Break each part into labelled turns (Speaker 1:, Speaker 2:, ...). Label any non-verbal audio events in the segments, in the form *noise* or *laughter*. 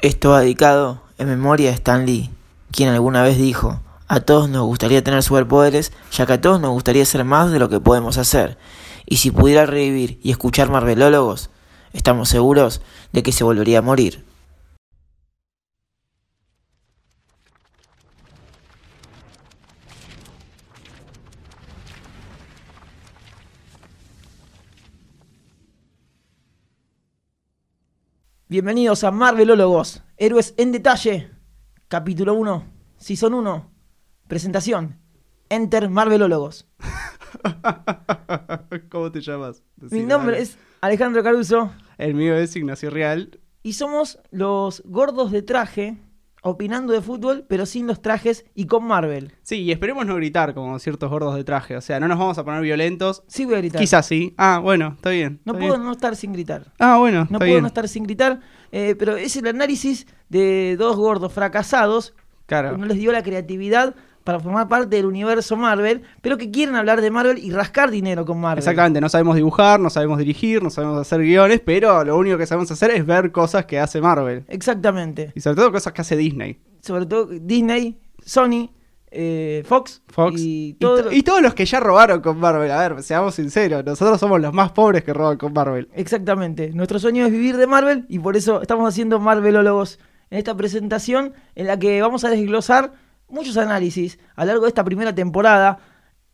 Speaker 1: Esto va dedicado en memoria de Stan Lee, quien alguna vez dijo, a todos nos gustaría tener superpoderes, ya que a todos nos gustaría ser más de lo que podemos hacer. Y si pudiera revivir y escuchar marvelólogos, estamos seguros de que se volvería a morir.
Speaker 2: Bienvenidos a Marvelólogos, Héroes en Detalle, capítulo 1, Season 1, presentación, Enter Marvelólogos.
Speaker 3: *laughs* ¿Cómo te llamas?
Speaker 2: Mi nombre es Alejandro Caruso
Speaker 3: El mío es Ignacio Real.
Speaker 2: y somos los gordos de traje, opinando de fútbol, pero sin los trajes y con Marvel.
Speaker 3: Sí, y esperemos no gritar como ciertos gordos de traje. O sea, no nos vamos a poner violentos.
Speaker 2: Sí voy a gritar.
Speaker 3: Quizás sí. Ah, bueno, está bien.
Speaker 2: No
Speaker 3: está
Speaker 2: puedo
Speaker 3: bien.
Speaker 2: no estar sin gritar.
Speaker 3: Ah, bueno,
Speaker 2: No
Speaker 3: está
Speaker 2: puedo
Speaker 3: bien.
Speaker 2: no estar sin gritar, eh, pero es el análisis de dos gordos fracasados
Speaker 3: Claro.
Speaker 2: que no les dio la creatividad para formar parte del universo Marvel, pero que quieren hablar de Marvel y rascar dinero con Marvel.
Speaker 3: Exactamente, no sabemos dibujar, no sabemos dirigir, no sabemos hacer guiones, pero lo único que sabemos hacer es ver cosas que hace Marvel.
Speaker 2: Exactamente.
Speaker 3: Y sobre todo cosas que hace Disney.
Speaker 2: Sobre todo Disney, Sony, eh, Fox,
Speaker 3: Fox.
Speaker 2: y
Speaker 3: to-
Speaker 2: todo. lo-
Speaker 3: y todos los que ya robaron con Marvel. A ver, seamos sinceros, nosotros somos los más pobres que roban con Marvel.
Speaker 2: Exactamente. Nuestro sueño es vivir de Marvel y por eso estamos haciendo Marvelólogos en esta presentación en la que vamos a desglosar muchos análisis a lo largo de esta primera temporada.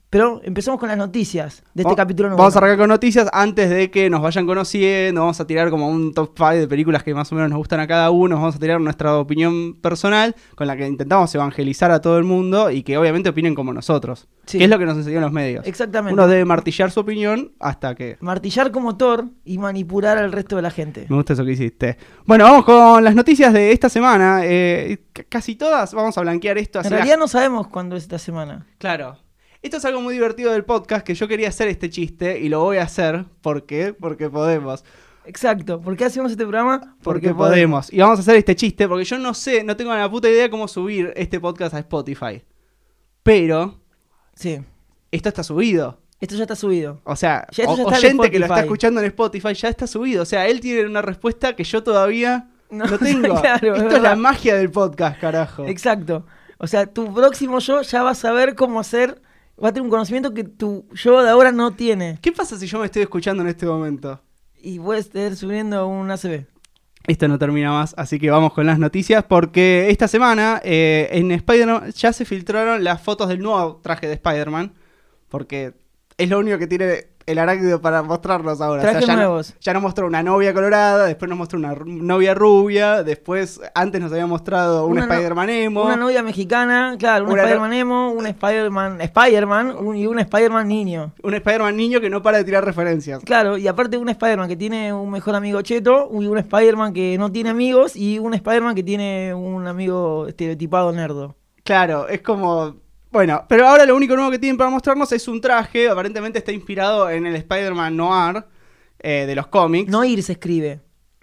Speaker 2: Pero empezamos con las noticias de este
Speaker 3: Va-
Speaker 2: capítulo nuevo.
Speaker 3: Vamos a arrancar con noticias antes de que nos vayan conociendo. Vamos a tirar como un top 5 de películas que más o menos nos gustan a cada uno. Vamos a tirar nuestra opinión personal con la que intentamos evangelizar a todo el mundo y que obviamente opinen como nosotros.
Speaker 2: Sí.
Speaker 3: Que es lo que nos enseñan los medios.
Speaker 2: Exactamente.
Speaker 3: Uno debe martillar su opinión hasta que...
Speaker 2: Martillar como Thor y manipular al resto de la gente.
Speaker 3: Me gusta eso que hiciste. Bueno, vamos con las noticias de esta semana. Eh, c- casi todas vamos a blanquear esto.
Speaker 2: En
Speaker 3: hacia la-
Speaker 2: realidad no sabemos cuándo es esta semana.
Speaker 3: Claro. Esto es algo muy divertido del podcast que yo quería hacer este chiste y lo voy a hacer. ¿Por qué? Porque podemos.
Speaker 2: Exacto. ¿Por qué hacemos este programa?
Speaker 3: Porque podemos. Y vamos a hacer este chiste, porque yo no sé, no tengo la puta idea cómo subir este podcast a Spotify. Pero
Speaker 2: Sí.
Speaker 3: esto está subido.
Speaker 2: Esto ya está subido.
Speaker 3: O sea,
Speaker 2: Ya esto
Speaker 3: o-
Speaker 2: ya está en
Speaker 3: oyente que lo está
Speaker 2: Spotify.
Speaker 3: escuchando en Spotify ya está subido. O sea, él tiene una respuesta que yo todavía
Speaker 2: No,
Speaker 3: no,
Speaker 2: *laughs*
Speaker 3: tengo.
Speaker 2: claro, es
Speaker 3: esto es,
Speaker 2: verdad.
Speaker 3: la magia del podcast, carajo.
Speaker 2: Exacto. O sea, tu próximo yo ya va a saber cómo hacer. Va a tener un conocimiento que tu yo de ahora no tiene.
Speaker 3: ¿Qué pasa si yo me estoy escuchando en este momento?
Speaker 2: Y voy a estar subiendo un ACB.
Speaker 3: Esto no termina más, así que vamos con las noticias porque esta semana eh, en Spider-Man ya se filtraron las fotos del nuevo traje de Spider-Man porque es lo único que tiene el arácnido para mostrarnos ahora.
Speaker 2: Trajes
Speaker 3: ya, no-
Speaker 2: nuevos.
Speaker 3: ya nos mostró una novia colorada, después nos mostró una ru- novia rubia, después antes nos había mostrado un
Speaker 2: Una no-
Speaker 3: Spider-Man emo.
Speaker 2: Una novia mexicana, claro, un
Speaker 3: Una no-
Speaker 2: Spider-Man emo, un Spider-Man Spider-Man un- y un Spider-Man niño.
Speaker 3: Un Spider-Man niño que no para de tirar referencias.
Speaker 2: Claro, y aparte un Spider-Man que tiene un mejor amigo cheto, y un Spider-Man que no tiene amigos, y un Spider-Man que tiene un amigo estereotipado nerdo.
Speaker 3: Claro, es como. Bueno, pero ahora lo único nuevo que tienen para mostrarnos es un traje. Aparentemente está inspirado en el Spider-Man Noir eh, de los cómics.
Speaker 2: Noir se escribe.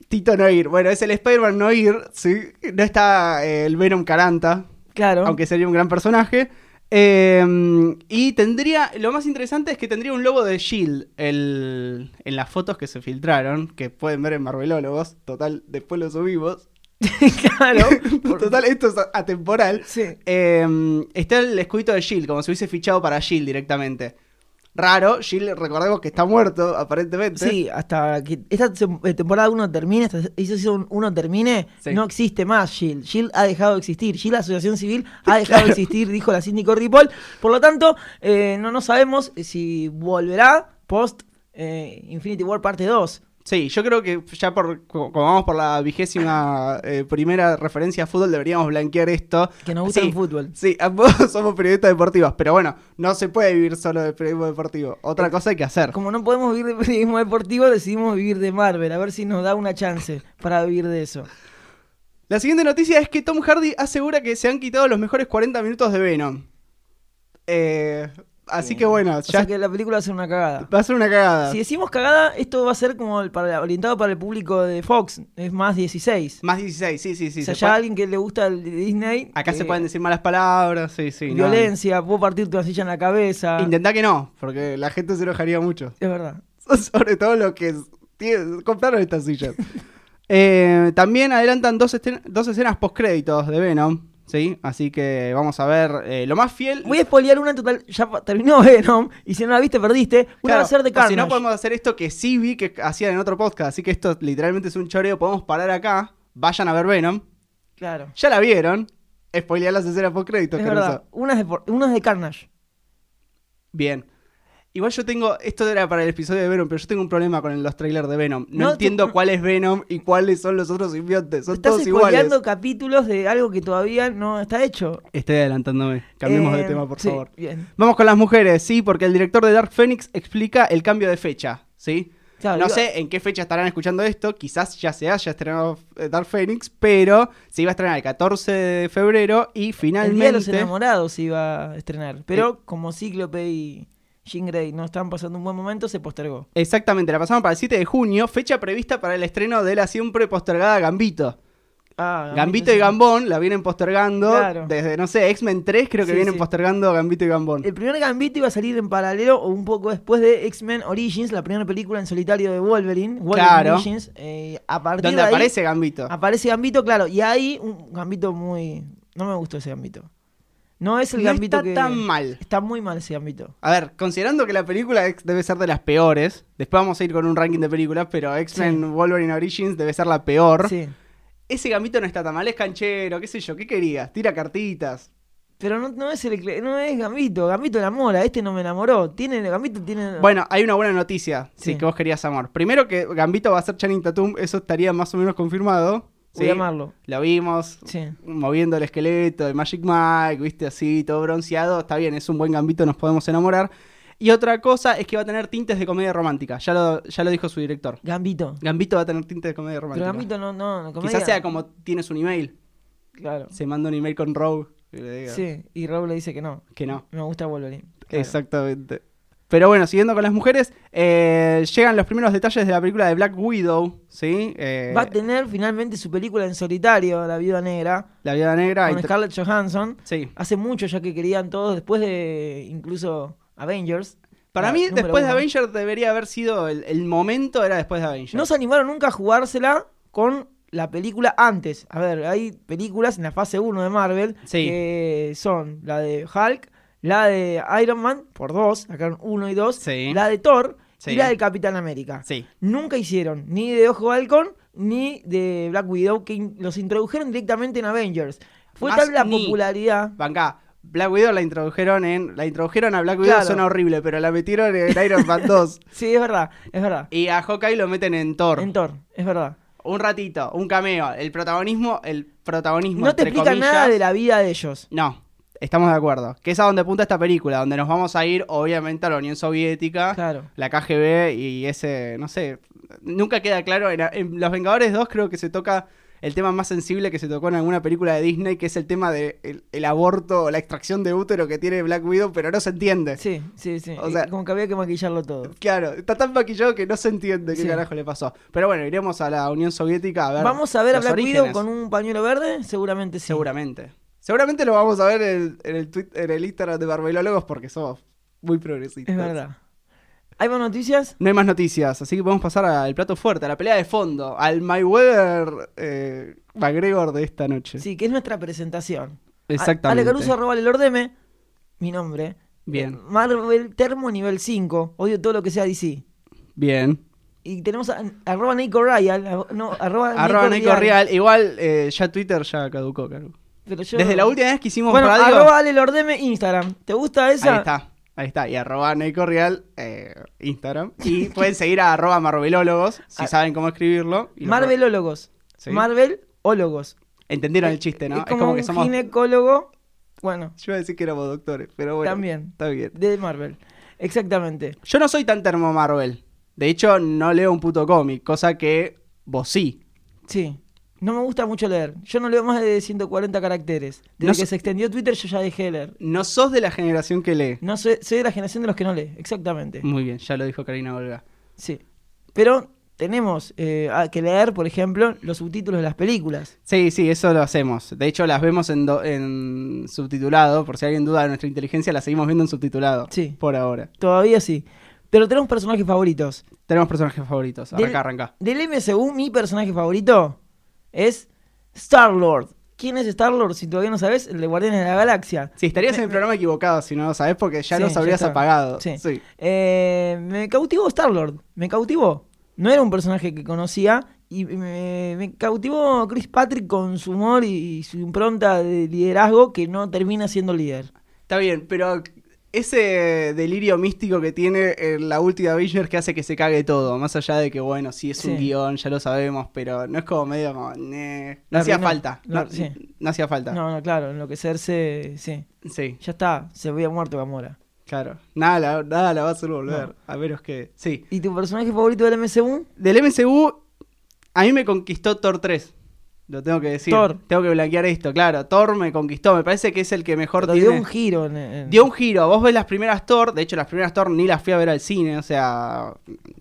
Speaker 3: Tito Noir. Bueno, es el Spider-Man Noir, sí. No está eh, el Venom Caranta,
Speaker 2: Claro. *laughs*
Speaker 3: aunque sería un gran personaje. Eh, y tendría. Lo más interesante es que tendría un logo de Shield E el- en las fotos que se filtraron, que pueden ver en Marvelólogos. Total, después lo subimos.
Speaker 2: *laughs*
Speaker 3: *laughs*
Speaker 2: claro.
Speaker 3: Total, esto es a- atemporal.
Speaker 2: Sí.
Speaker 3: Eh, está el escudito de Shield, como si hubiese fichado para Shield directamente. Raro, Shield, recordemos que está muerto, aparentemente.
Speaker 2: Sí, hasta que esta se- eh, temporada 1 termine, esta se- esta season 1 termine,
Speaker 3: Sí.
Speaker 2: no existe más Shield. Shield ha dejado de existir. Shield, la asociación civil, ha dejado de existir, dijo la síndico Ripoll. Por lo tanto, eh, no, no sabemos si volverá post eh, Infinity War parte 2.
Speaker 3: Sí, yo creo que ya por co- como vamos por la vigésima eh, primera referencia a fútbol, deberíamos blanquear esto.
Speaker 2: Que nos gusta
Speaker 3: Sí,
Speaker 2: el fútbol.
Speaker 3: Sí, *laughs* ambos somos periodistas deportivos, pero bueno, no se puede vivir solo de periodismo deportivo.
Speaker 2: Eh,
Speaker 3: Otra cosa hay que hacer.
Speaker 2: Como no podemos vivir de periodismo deportivo, decidimos vivir de Marvel. A ver si nos da una chance para vivir de eso.
Speaker 3: La siguiente noticia es que Tom Hardy asegura que se han quitado los mejores 40 minutos de Venom. Eh, así que bueno, ya
Speaker 2: O sea que la película es una cagada.
Speaker 3: va a ser una cagada.
Speaker 2: Si decimos cagada, esto va a ser como el para- orientado para el público de Fox. Es más 16.
Speaker 3: Más 16, sí, sí, sí.
Speaker 2: o sea,
Speaker 3: se
Speaker 2: ya
Speaker 3: puede-
Speaker 2: alguien que le gusta el Disney.
Speaker 3: Acá se
Speaker 2: eh,
Speaker 3: pueden decir malas palabras, sí, sí. no.
Speaker 2: Violencia, puedo partirte una silla en la cabeza.
Speaker 3: Intentá que no, porque la gente se enojaría mucho. *laughs*
Speaker 2: Es verdad. *laughs*
Speaker 3: Sobre todo los que tienen- compraron estas sillas. Eh, también adelantan dos, escen- dos escenas post-créditos de Venom, ¿sí? Así que vamos a ver eh, lo más fiel.
Speaker 2: Voy a spoilear una en total. Ya pa- terminó *laughs* Venom. Y si no la viste, perdiste. Una
Speaker 3: Claro,
Speaker 2: va a ser de
Speaker 3: o
Speaker 2: Carnage.
Speaker 3: Si no podemos hacer esto que sí vi que hacían en otro podcast, así que esto literalmente es un choreo, podemos parar acá, vayan a ver Venom.
Speaker 2: Claro.
Speaker 3: Ya la vieron. Spoilear las escenas post créditos,
Speaker 2: Es verdad. Una es, de, por- una es de Carnage.
Speaker 3: Bien. Igual yo tengo, esto era para el episodio de Venom, pero yo tengo un problema con los trailers de Venom. No,
Speaker 2: No,
Speaker 3: entiendo
Speaker 2: tú-
Speaker 3: cuál es Venom y cuáles son los otros simbiontes. Son
Speaker 2: Estás
Speaker 3: todos iguales.
Speaker 2: spoileando capítulos de algo que todavía no está hecho.
Speaker 3: Estoy adelantándome. Cambiemos de
Speaker 2: Eh,
Speaker 3: tema, por
Speaker 2: sí,
Speaker 3: favor.
Speaker 2: Bien.
Speaker 3: Vamos con las mujeres, sí, porque el director de Dark Phoenix explica el cambio de fecha, ¿sí?
Speaker 2: Claro,
Speaker 3: no
Speaker 2: Ah, digo-
Speaker 3: sé en qué fecha estarán escuchando esto, quizás ya se haya estrenado eh, Dark Phoenix, pero se iba a estrenar el 14 de febrero y
Speaker 2: El Día de los
Speaker 3: finalmente...
Speaker 2: Enamorados se iba a estrenar. Pero como Cíclope y Jean Grey no estaban pasando un buen momento, se postergó.
Speaker 3: Exactamente, la pasaron para el 7 de junio, fecha prevista para el estreno de la siempre postergada Gambito.
Speaker 2: Ah,
Speaker 3: Gambito y
Speaker 2: sí.
Speaker 3: Gambón la vienen postergando
Speaker 2: Claro.
Speaker 3: desde, no sé, X-Men 3 creo que
Speaker 2: Sí,
Speaker 3: vienen
Speaker 2: sí.
Speaker 3: postergando Gambito y Gambón.
Speaker 2: El primer Gambito iba a salir en paralelo o un poco después de X-Men Origins, la primera película en solitario de Wolverine. Wolverine
Speaker 3: Claro.
Speaker 2: Origins. eh, a partir
Speaker 3: Donde
Speaker 2: de ahí,
Speaker 3: aparece Gambito.
Speaker 2: Aparece Gambito, claro. Y ahí un Gambito muy. No me gustó ese Gambito. No es el
Speaker 3: no
Speaker 2: Gambito
Speaker 3: está
Speaker 2: que.
Speaker 3: tan mal.
Speaker 2: Está muy mal ese Gambito.
Speaker 3: A ver, considerando que la película ex- debe ser de las peores, después vamos a ir con un ranking de películas, pero X-Men
Speaker 2: Sí.
Speaker 3: Wolverine Origins debe ser la peor.
Speaker 2: Sí.
Speaker 3: Ese gambito no está tan mal, es canchero, qué sé yo, ¿qué querías? Tira cartitas.
Speaker 2: Pero no, no es el cle- no es Gambito. Gambito enamora. Este no me enamoró. Tiene Gambito tiene.
Speaker 3: Bueno, hay una buena noticia, sí,
Speaker 2: Ah. Sí.
Speaker 3: que vos querías amor. Primero que Gambito va a ser Channing Tatum, eso estaría más o menos confirmado.
Speaker 2: Voy
Speaker 3: ¿sí?
Speaker 2: a amarlo.
Speaker 3: Lo vimos
Speaker 2: Sí.
Speaker 3: moviendo el esqueleto de Magic Mike, viste así, todo bronceado. Está bien, es un buen gambito, nos podemos enamorar. Y otra cosa es que va a tener tintes de comedia romántica, ya lo, ya lo dijo su director.
Speaker 2: Gambito.
Speaker 3: Gambito va a tener tintes de comedia
Speaker 2: Pero
Speaker 3: romántica.
Speaker 2: Gambito no, no, no, comedia-
Speaker 3: Quizás sea como tienes un email,
Speaker 2: Claro.
Speaker 3: se manda un email con Rogue y le diga
Speaker 2: Sí. Y Rob le dice que no.
Speaker 3: que no.
Speaker 2: Me gusta Wolverine. Claro.
Speaker 3: Exactamente. Pero bueno, siguiendo con las mujeres, eh, llegan los primeros detalles de la película de Black Widow, ¿sí? Eh,
Speaker 2: Va a tener finalmente su película en solitario, La Viuda Negra,
Speaker 3: La Viuda Negra. Ah, y
Speaker 2: con
Speaker 3: tra-
Speaker 2: Scarlett Johansson.
Speaker 3: Sí.
Speaker 2: Hace mucho ya que querían todos, después de incluso Avengers.
Speaker 3: Para
Speaker 2: la
Speaker 3: mí,
Speaker 2: número
Speaker 3: después de
Speaker 2: uno.
Speaker 3: Avengers debería haber sido el, el momento, era después de Avengers.
Speaker 2: No se animaron nunca a jugársela con la película antes. A ver, hay películas en la fase 1 de Marvel
Speaker 3: Sí.
Speaker 2: que son la de Hulk, la de Iron Man, por dos, sacaron uno y dos,
Speaker 3: Sí.
Speaker 2: la de Thor
Speaker 3: Sí.
Speaker 2: y la de Capitán América.
Speaker 3: Sí.
Speaker 2: Nunca hicieron ni de Ojo de Halcón ni de Black Widow, que in- los introdujeron directamente en Avengers. Fue
Speaker 3: Más
Speaker 2: tal la
Speaker 3: ni-
Speaker 2: popularidad.
Speaker 3: Bancá. Black Widow la introdujeron en. La introdujeron a Black Widow,
Speaker 2: Claro.
Speaker 3: suena horrible, pero la metieron en Iron Man
Speaker 2: *laughs*
Speaker 3: 2.
Speaker 2: Sí, es verdad, es verdad.
Speaker 3: Y a Hawkeye lo meten en Thor.
Speaker 2: En Thor, es verdad.
Speaker 3: Un ratito, un cameo. El protagonismo, el protagonismo.
Speaker 2: No te
Speaker 3: entre
Speaker 2: explica nada
Speaker 3: comillas,
Speaker 2: de la vida de ellos.
Speaker 3: No, estamos de acuerdo. Que es a donde apunta esta película, donde nos vamos a ir, obviamente, a la Unión Soviética,
Speaker 2: Claro.
Speaker 3: la KGB y ese, no sé, nunca queda claro. En, en Los Vengadores 2 creo que se toca el tema más sensible que se tocó en alguna película de Disney, que es el tema del de el- el aborto o la extracción de útero que tiene Black Widow, pero no se entiende.
Speaker 2: Sí, sí, sí.
Speaker 3: O
Speaker 2: Eh,
Speaker 3: sea-
Speaker 2: como que había que maquillarlo todo.
Speaker 3: Claro, está tan maquillado que no se entiende qué
Speaker 2: Sí.
Speaker 3: carajo le pasó. Pero bueno, iremos a la Unión Soviética a ver.
Speaker 2: Vamos a ver a
Speaker 3: los
Speaker 2: Black Widow
Speaker 3: orígenes.
Speaker 2: con un pañuelo verde, seguramente sí.
Speaker 3: Seguramente. Seguramente lo vamos a ver en, en el, tweet- en el Instagram de Barbelólogos porque somos muy progresistas.
Speaker 2: Es verdad. ¿Hay más noticias?
Speaker 3: No hay más noticias, así que podemos pasar al plato fuerte, a la pelea de fondo, al Mayweather eh, McGregor de esta noche.
Speaker 2: Sí, que es nuestra presentación. A-
Speaker 3: Exactamente.
Speaker 2: Ale Caruso, arroba el ordeme. Mi nombre. Eh,
Speaker 3: Bien.
Speaker 2: Marvel Termo nivel 5. Odio todo lo que sea DC.
Speaker 3: Bien.
Speaker 2: Y tenemos a, arroba Nico Ryan. a- No, arroba,
Speaker 3: Arroba
Speaker 2: Ah, Nico
Speaker 3: Nico
Speaker 2: Rial.
Speaker 3: Real. Igual eh, ya Twitter ya caducó, claro.
Speaker 2: Pero yo-
Speaker 3: Desde la última vez que hicimos
Speaker 2: Bueno,
Speaker 3: radio.
Speaker 2: arroba Ale el ordeme Instagram. ¿Te gusta esa?
Speaker 3: Ahí está. Ahí está. Y arroba Nico Real, eh, Instagram. Y pueden seguir a arroba Marvelólogos, si
Speaker 2: Ah.
Speaker 3: saben cómo escribirlo. Y lo-
Speaker 2: Marvelólogos.
Speaker 3: Sí.
Speaker 2: Marvelólogos.
Speaker 3: Entendieron el chiste, ¿no?
Speaker 2: Es como, un
Speaker 3: que somos
Speaker 2: ginecólogo. Bueno,
Speaker 3: *laughs* Yo iba a decir que éramos doctores, pero bueno.
Speaker 2: También.
Speaker 3: Está bien.
Speaker 2: de Marvel. Exactamente.
Speaker 3: Yo no soy tan termo Marvel. De hecho, no leo un puto cómic, cosa que vos sí.
Speaker 2: Sí. No me gusta mucho leer. Yo no leo más de 140 caracteres. Desde
Speaker 3: No
Speaker 2: que
Speaker 3: so-
Speaker 2: se extendió Twitter yo ya dejé de leer.
Speaker 3: No sos de la generación que lee.
Speaker 2: No soy, soy de la generación de los que no lee, exactamente.
Speaker 3: Muy bien, ya lo dijo Karina Olga.
Speaker 2: Sí. Pero tenemos eh, a- que leer, por ejemplo, los subtítulos de las películas.
Speaker 3: Sí, sí, eso lo hacemos. De hecho, las vemos en, do- en subtitulado. Por si alguien duda de nuestra inteligencia, las seguimos viendo en subtitulado.
Speaker 2: Sí.
Speaker 3: Por ahora.
Speaker 2: Todavía sí. Pero tenemos personajes favoritos.
Speaker 3: Tenemos personajes favoritos.
Speaker 2: Del-
Speaker 3: Arranca, arranca.
Speaker 2: Del MCU, mi personaje favorito es Star-Lord. ¿Quién es Star-Lord? Si todavía no sabes, el de Guardianes de la Galaxia.
Speaker 3: Sí, estarías en el programa equivocado si no lo sabes porque ya
Speaker 2: Sí,
Speaker 3: los
Speaker 2: ya
Speaker 3: habrías
Speaker 2: está.
Speaker 3: apagado.
Speaker 2: Sí.
Speaker 3: Sí.
Speaker 2: Eh, me cautivó Star-Lord. Me cautivó. No era un personaje que conocía. Y me, me cautivó Chris Patrick con su humor y, y su impronta de liderazgo que no termina siendo líder.
Speaker 3: Está bien, pero ese delirio místico que tiene en la última Avengers que hace que se cague todo. Más allá de que, bueno, sí es
Speaker 2: Sí.
Speaker 3: un guión, ya lo sabemos, pero no es como medio como. "Neh". No
Speaker 2: La
Speaker 3: hacía
Speaker 2: arruinó.
Speaker 3: falta.
Speaker 2: La-
Speaker 3: No,
Speaker 2: sí.
Speaker 3: no hacía falta.
Speaker 2: No, no, claro, enloquecerse, sí.
Speaker 3: Sí,
Speaker 2: Ya está, se había muerto Gamora.
Speaker 3: claro. Nada la, nada la va a hacer volver. A menos que. Sí.
Speaker 2: ¿Y tu personaje favorito del MCU?
Speaker 3: Del MCU, a mí me conquistó Thor 3. Lo tengo que decir.
Speaker 2: Thor.
Speaker 3: Tengo que blanquear esto, claro. Thor me conquistó. Me parece que es el que mejor
Speaker 2: Pero
Speaker 3: tiene.
Speaker 2: dio un giro. en- en-
Speaker 3: Dio un giro. Vos ves las primeras Thor. De hecho, las primeras Thor ni las fui a ver al cine. O sea,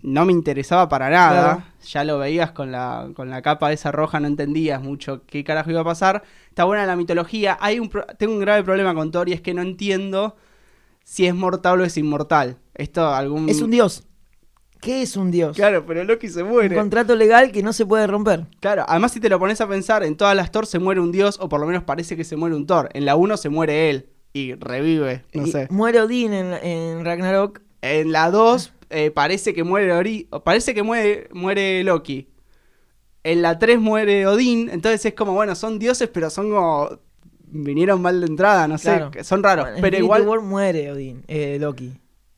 Speaker 3: no me interesaba para nada.
Speaker 2: Claro.
Speaker 3: Ya lo veías con la, con la capa esa roja. No entendías mucho qué carajo iba a pasar. Está buena la mitología. Hay un pro- tengo un grave problema con Thor y es que no entiendo si es mortal o es inmortal. Esto algún.
Speaker 2: Es un dios. ¿Qué es un dios?
Speaker 3: Claro, pero Loki se
Speaker 2: Un
Speaker 3: muere.
Speaker 2: contrato legal que no se puede romper.
Speaker 3: Claro, además si te lo pones a pensar, en todas las Thor se muere un dios, o por lo menos parece que se muere un Thor. En la 1 se muere él y revive, no
Speaker 2: Y
Speaker 3: sé.
Speaker 2: Muere Odín en, en Ragnarok.
Speaker 3: En la 2 eh, parece que muere Ori- o parece que muere, muere Loki. En la 3 muere Odín, entonces es como, bueno, son dioses, pero son como... Vinieron mal de entrada, no sé,
Speaker 2: Claro.
Speaker 3: que son raros.
Speaker 2: Bueno, en
Speaker 3: pero
Speaker 2: Infinity
Speaker 3: igual...
Speaker 2: War muere Odín, eh, Loki.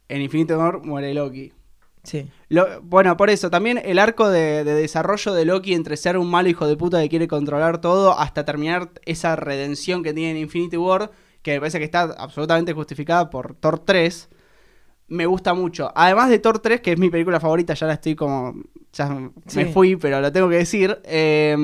Speaker 3: En Infinito War muere Loki.
Speaker 2: Sí.
Speaker 3: Lo- bueno, por eso, también el arco de, de desarrollo de Loki entre ser un malo hijo de puta que quiere controlar todo hasta terminar esa redención que tiene en Infinity War, que me parece que está absolutamente justificada por Thor 3, me gusta mucho. Además de Thor 3, que es mi película favorita, ya la estoy como... Ya me
Speaker 2: Sí.
Speaker 3: fui, pero lo tengo que decir. eh,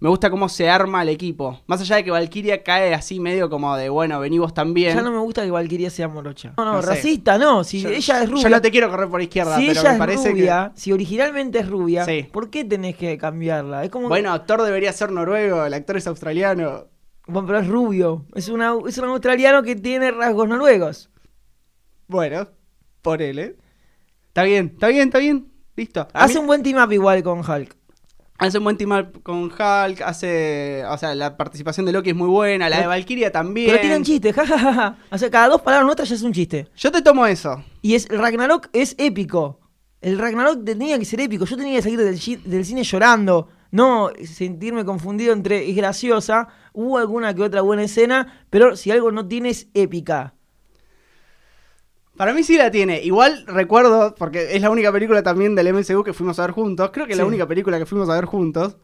Speaker 3: me gusta cómo se arma el equipo. Más allá de que Valkyria cae así medio como de, bueno, vení vos también.
Speaker 2: Ya no me gusta que Valkyria sea morocha. No, no,
Speaker 3: No sé.
Speaker 2: racista, no. Si
Speaker 3: Yo-
Speaker 2: ella es
Speaker 3: Yo
Speaker 2: rubia.
Speaker 3: no te quiero correr por izquierda,
Speaker 2: si
Speaker 3: pero
Speaker 2: ella
Speaker 3: me
Speaker 2: es
Speaker 3: parece que...
Speaker 2: rubia, si originalmente es rubia,
Speaker 3: Sí.
Speaker 2: ¿por qué tenés que cambiarla? Es como que-
Speaker 3: Bueno, actor debería ser noruego, el actor es australiano.
Speaker 2: Bueno, pero es rubio. Es, una, es un australiano que tiene rasgos noruegos.
Speaker 3: Bueno, por él, ¿eh? Está bien, está bien, está bien. Listo. A
Speaker 2: Hace
Speaker 3: mí-
Speaker 2: un buen team up igual con Hulk.
Speaker 3: hace un buen team up con Hulk, hace. O sea, la participación de Loki es muy buena, la de
Speaker 2: Pero-
Speaker 3: Valkyria también.
Speaker 2: Pero tiene un chiste, *laughs* jajaja. O sea, cada dos palabras nuestras ya es un chiste.
Speaker 3: Yo te tomo eso.
Speaker 2: Y es, el Ragnarok es épico. El Ragnarok tenía que ser épico. Yo tenía que salir del, chi- del cine llorando. No sentirme confundido entre es graciosa. Hubo alguna que otra buena escena, pero si algo no tiene es épica.
Speaker 3: Para mí sí la tiene. Igual recuerdo, porque es la única película también del MCU que fuimos a ver juntos. Creo que es la
Speaker 2: Sí.
Speaker 3: única película que fuimos a ver juntos.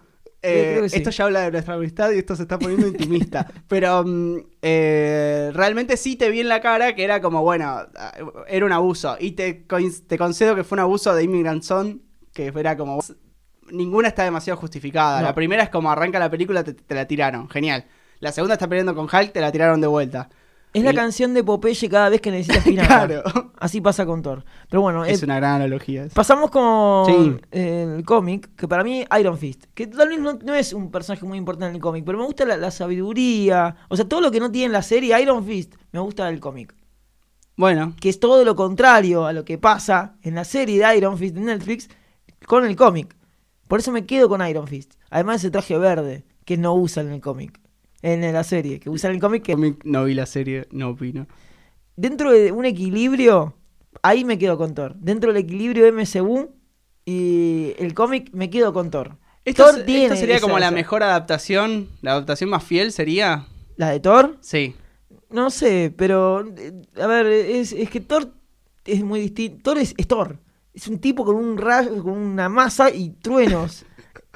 Speaker 3: Eh,
Speaker 2: creo que sí.
Speaker 3: Esto ya habla de nuestra amistad y esto se está poniendo intimista.
Speaker 2: *laughs*
Speaker 3: Pero mm, eh, realmente sí te vi en la cara que era como, bueno, ah, era un abuso. Y te, coin- te concedo que fue un abuso de Immigrant Son, que era como... Ninguna está demasiado justificada.
Speaker 2: No.
Speaker 3: La primera es como arranca la película, te, te la tiraron. Genial. La segunda está peleando con Hulk, te la tiraron de vuelta.
Speaker 2: Es la
Speaker 3: Y-
Speaker 2: canción de Popeye cada vez que
Speaker 3: *laughs*
Speaker 2: necesitas final.
Speaker 3: Claro.
Speaker 2: Así pasa con Thor. Pero bueno,
Speaker 3: Es
Speaker 2: eh,
Speaker 3: una gran analogía. esa.
Speaker 2: Pasamos con
Speaker 3: Sí.
Speaker 2: el cómic, que para mí Iron Fist, que tal vez no, no es un personaje muy importante en el cómic, pero me gusta la, la sabiduría, o sea, todo lo que no tiene en la serie Iron Fist, me gusta del cómic,
Speaker 3: Bueno,
Speaker 2: que es todo lo contrario a lo que pasa en la serie de Iron Fist de Netflix con el cómic. Por eso me quedo con Iron Fist, además ese traje verde que no usan en el cómic, en la serie, que usan en el cómic que
Speaker 3: Comic, no vi la serie, no opino.
Speaker 2: dentro de un equilibrio, ahí me quedo con Thor. Dentro del equilibrio MCU y el cómic, me quedo con Thor.
Speaker 3: Esto,
Speaker 2: Thor
Speaker 3: es-
Speaker 2: tiene
Speaker 3: esto sería
Speaker 2: esa-
Speaker 3: como la
Speaker 2: esa-
Speaker 3: mejor adaptación, la adaptación más fiel sería.
Speaker 2: ¿La de Thor?
Speaker 3: Sí.
Speaker 2: No sé, pero. eh, A ver, es, es que Thor es muy distinto. Thor es, es Thor. Es un tipo con un rayo, con una masa y
Speaker 3: *laughs*
Speaker 2: truenos.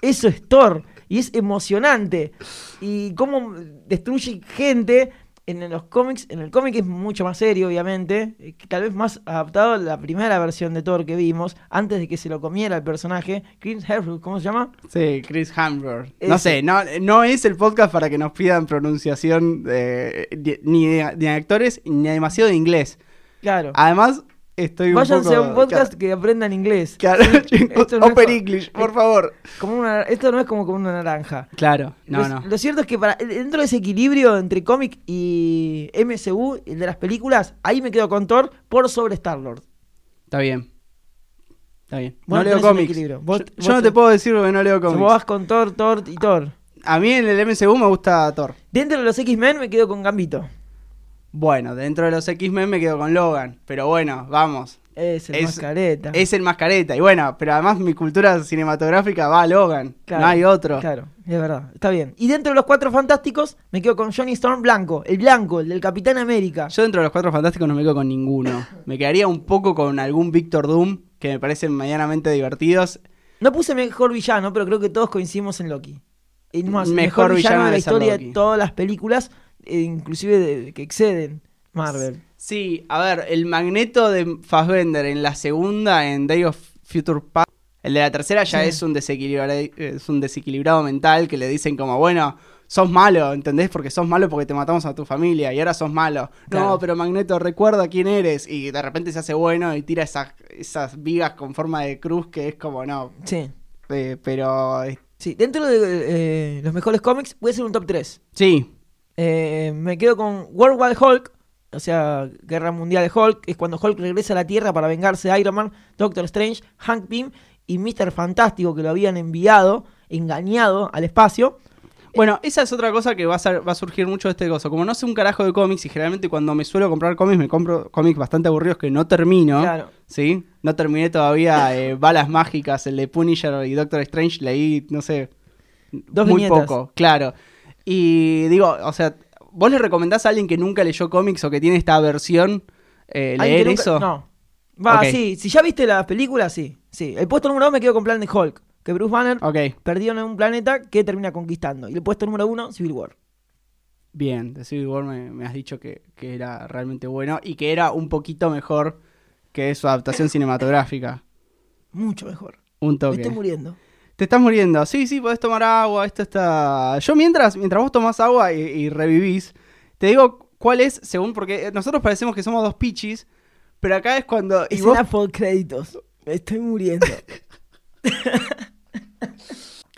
Speaker 2: Eso es Thor. Y es emocionante. Y cómo destruye gente. En en los cómics, en el cómic es mucho más serio, obviamente, eh, que tal vez más adaptado a la primera versión de Thor que vimos, antes de que se lo comiera el personaje, Chris Hemsworth, ¿cómo se llama?
Speaker 3: Sí, Chris Hemsworth.
Speaker 2: Ese.
Speaker 3: No sé, no, no es el podcast para que nos pidan pronunciación eh, ni- ni, de, ni de actores ni demasiado de inglés.
Speaker 2: Claro.
Speaker 3: Además, estoy Ah, un
Speaker 2: Váyanse
Speaker 3: poco-
Speaker 2: a un podcast que aprendan inglés.
Speaker 3: Claro, *laughs* chicos,
Speaker 2: esto no es
Speaker 3: Open
Speaker 2: co-
Speaker 3: English, por favor.
Speaker 2: Como una- esto no es como con una naranja.
Speaker 3: Claro, no,
Speaker 2: Lo-
Speaker 3: no.
Speaker 2: Lo cierto es que para, eh, dentro de ese equilibrio entre cómic y MCU, el de las películas, ahí me quedo con Thor por sobre Star-Lord.
Speaker 3: Está bien. Está bien.
Speaker 2: Vos
Speaker 3: no leo
Speaker 2: tenés un
Speaker 3: cómics.
Speaker 2: equilibrio.
Speaker 3: Yo,
Speaker 2: Vos-
Speaker 3: yo
Speaker 2: vos
Speaker 3: no te
Speaker 2: te-
Speaker 3: puedo decir porque no leo
Speaker 2: Vos
Speaker 3: cómics.
Speaker 2: vas con Thor, Thor y Thor.
Speaker 3: A mí en el MCU me gusta Thor.
Speaker 2: Dentro de los X-Men me quedo con Gambito.
Speaker 3: Bueno, dentro de los X-Men me quedo con Logan. Pero bueno, vamos.
Speaker 2: Es el
Speaker 3: Es-
Speaker 2: mascareta.
Speaker 3: Es el mascareta. Y bueno, pero además mi cultura cinematográfica va a Logan.
Speaker 2: Claro,
Speaker 3: no hay otro.
Speaker 2: Claro, es verdad. Está bien. Y dentro de los cuatro fantásticos me quedo con Johnny Storm Blanco. El blanco, el del Capitán América.
Speaker 3: Yo dentro de los cuatro fantásticos no me quedo con ninguno. Me quedaría un poco con algún Victor Doom, que me parecen medianamente divertidos.
Speaker 2: No puse mejor villano, pero creo que todos coincidimos en Loki. Es más, el
Speaker 3: Mejor
Speaker 2: mejor, villano, de
Speaker 3: villano
Speaker 2: la
Speaker 3: debe ser
Speaker 2: historia
Speaker 3: Loki.
Speaker 2: de todas las películas, eh, inclusive de- que exceden Marvel.
Speaker 3: Sí, a ver, el magneto de Fassbender en la segunda, en Day of Future Past. El de la tercera ya
Speaker 2: Sí.
Speaker 3: es, un desequilibra- es un desequilibrado mental que le dicen como, bueno, sos malo, ¿entendés? Porque sos malo porque te matamos a tu familia y ahora sos malo. No,
Speaker 2: Claro.
Speaker 3: pero Magneto, recuerda quién eres. Y de repente se hace bueno y tira esas, esas vigas con forma de cruz que es como, no,
Speaker 2: Sí.
Speaker 3: eh, pero... eh,
Speaker 2: Sí, dentro de eh, los mejores cómics, voy a hacer un top 3.
Speaker 3: Sí,
Speaker 2: Eh, me quedo con World War Hulk, o sea, Guerra Mundial de Hulk, es cuando Hulk regresa a la Tierra para vengarse de Iron Man, Doctor Strange, Hank Pym y Mr. Fantástico que lo habían enviado, engañado al espacio.
Speaker 3: Bueno, esa es otra cosa que va a, ser- va a surgir mucho de este gozo. Como no sé un carajo de cómics y generalmente cuando me suelo comprar cómics me compro cómics bastante aburridos que no termino.
Speaker 2: Claro.
Speaker 3: ¿Sí? No terminé todavía eh, Balas Mágicas, el de Punisher y Doctor Strange. Leí, no sé,
Speaker 2: Dos
Speaker 3: muy
Speaker 2: viñetas.
Speaker 3: poco, claro. Y digo, o sea, ¿vos le recomendás a alguien que nunca leyó cómics o que tiene esta versión eh,
Speaker 2: ¿Alguien
Speaker 3: leer
Speaker 2: que nunca-
Speaker 3: eso?
Speaker 2: No. Va,
Speaker 3: Ok.
Speaker 2: sí, si ya viste las películas, sí. Sí, el puesto número 2 me quedo con Plan de Hulk, que Bruce Banner
Speaker 3: Ok,
Speaker 2: perdió en un planeta que termina conquistando. Y el puesto número 1, Civil War.
Speaker 3: bien. De Civil War me, me has dicho que, que era realmente bueno y que era un poquito mejor que su adaptación cinematográfica.
Speaker 2: Mucho mejor.
Speaker 3: Un toque.
Speaker 2: Me estoy muriendo.
Speaker 3: Te estás muriendo. Sí, sí, podés tomar agua. Esto está. Yo mientras, mientras vos tomás agua y, y revivís, te digo cuál es, según. Porque eh, nosotros parecemos que somos dos pichis, pero acá es cuando. Y
Speaker 2: Y
Speaker 3: vos-
Speaker 2: Escena por créditos. Me estoy muriendo.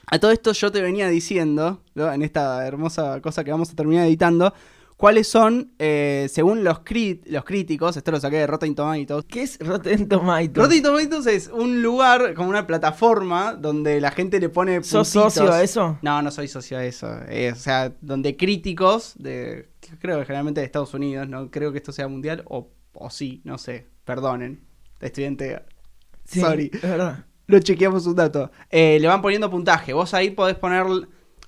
Speaker 3: a todo esto yo te venía diciendo, ¿no? en esta hermosa cosa que vamos a terminar editando, cuáles son, eh, según los, cri- los críticos, esto lo saqué de Rotten Tomatoes.
Speaker 2: *laughs* ¿Qué es Rotten Tomatoes?
Speaker 3: Rotten Tomatoes es un lugar, como una plataforma, donde la gente le pone
Speaker 2: ¿Sos
Speaker 3: puntitos.
Speaker 2: socio a eso?
Speaker 3: No, no soy socio de eso. Eh, o sea, donde críticos de. Creo que generalmente de Estados Unidos, no creo que esto sea mundial, o, o sí, no sé. Perdonen. Estudiante.
Speaker 2: Sí,
Speaker 3: Sorry.
Speaker 2: Es verdad.
Speaker 3: *laughs* No chequeamos un dato. Eh, le van poniendo puntaje. Vos ahí podés poner.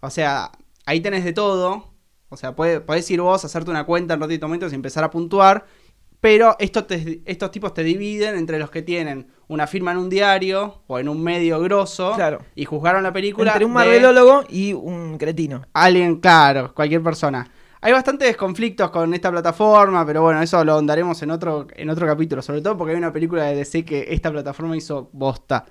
Speaker 3: O sea, ahí tenés de todo. O sea, puede- podés ir vos, hacerte una cuenta en Rotten Tomatoes y empezar a puntuar. Pero estos, te- estos tipos te dividen entre los que tienen una firma en un diario o en un medio grosso
Speaker 2: Claro.
Speaker 3: y juzgaron la película.
Speaker 2: Entre un
Speaker 3: de-
Speaker 2: marvelólogo y un cretino.
Speaker 3: Alguien, claro, cualquier persona. Hay bastantes conflictos con esta plataforma, pero bueno, eso lo ahondaremos en otro, en otro capítulo, sobre todo porque hay una película de DC que esta plataforma hizo bosta.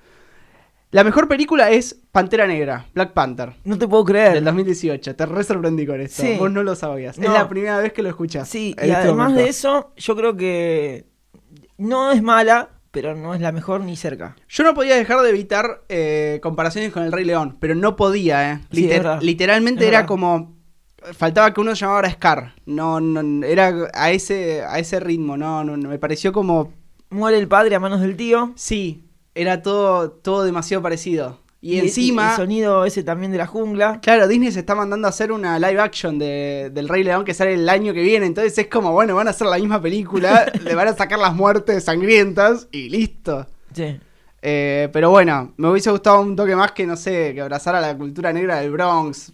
Speaker 3: La mejor película es Pantera Negra, Black Panther,
Speaker 2: No te puedo
Speaker 3: del
Speaker 2: creer.
Speaker 3: 2018. Te re sorprendí con esto.
Speaker 2: Sí.
Speaker 3: Vos no lo sabías. Es
Speaker 2: No.
Speaker 3: la primera vez que lo escuchás.
Speaker 2: Sí,
Speaker 3: en
Speaker 2: y
Speaker 3: este
Speaker 2: además
Speaker 3: momento.
Speaker 2: de eso, yo creo que no es mala, pero no es la mejor ni cerca.
Speaker 3: Yo no podía dejar de evitar eh, comparaciones con el Rey León, pero no podía, ¿eh?
Speaker 2: Sí,
Speaker 3: Liter-
Speaker 2: es verdad.
Speaker 3: Literalmente
Speaker 2: Es
Speaker 3: era
Speaker 2: verdad.
Speaker 3: como. Faltaba que uno se llamara Scar. No, no, era a ese, a ese ritmo, no, no, no, Me pareció como.
Speaker 2: Muere el padre a manos del tío.
Speaker 3: Sí, era todo, todo demasiado parecido. Y,
Speaker 2: y
Speaker 3: encima.
Speaker 2: el sonido ese también de la jungla.
Speaker 3: Claro, Disney se está mandando a hacer una live action de, del Rey León que sale el año que viene. Entonces es como, bueno, van a hacer la
Speaker 2: *laughs*
Speaker 3: misma película, le van a sacar las muertes sangrientas y listo.
Speaker 2: Sí.
Speaker 3: Eh, pero bueno, me hubiese gustado un toque más que, no sé, que abrazara la cultura negra del Bronx,